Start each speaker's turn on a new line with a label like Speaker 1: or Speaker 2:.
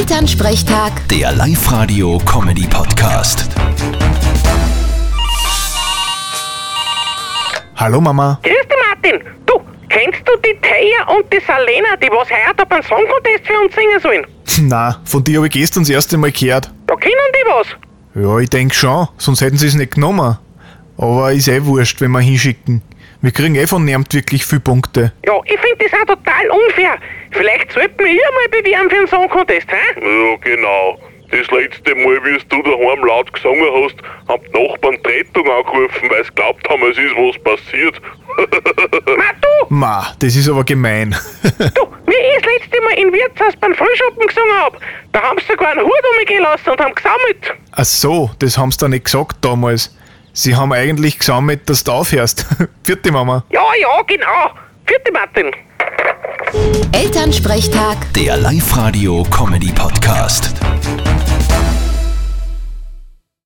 Speaker 1: Elternsprechtag,
Speaker 2: Der Live-Radio-Comedy-Podcast.
Speaker 3: Hallo Mama.
Speaker 4: Grüß dich, Martin. Du, kennst du die Thea und die Salena, die was heuer beim Song Contest für uns singen sollen?
Speaker 3: Na, von dir habe ich gestern das erste Mal gehört.
Speaker 4: Da können die was.
Speaker 3: Ja, ich denk schon, sonst hätten sie es nicht genommen. Aber ist eh wurscht, wenn wir hinschicken. Wir kriegen eh von Nermt wirklich viel Punkte.
Speaker 4: Ja, ich finde das auch total unfair. Vielleicht sollten wir ihr mal bewerben für einen Song Contest, hä?
Speaker 5: Ja, genau. Das letzte Mal, wie es du daheim laut gesungen hast, haben die Nachbarn die Rettung angerufen, weil sie glaubt haben, es ist was passiert.
Speaker 4: Ma, du,
Speaker 3: Ma, das ist aber gemein.
Speaker 4: du, wie ich das letzte Mal in Wirtshaus beim Frühschoppen gesungen hab, da haben sie sogar einen Hut umgehen lassen und haben gesammelt.
Speaker 3: Ach so, das haben sie da nicht gesagt damals. Sie haben eigentlich gesammelt, dass du aufhörst. Vierte Mama.
Speaker 4: Ja, ja, genau. Vierte Martin.
Speaker 1: Elternsprechtag.
Speaker 2: Der Live-Radio-Comedy-Podcast.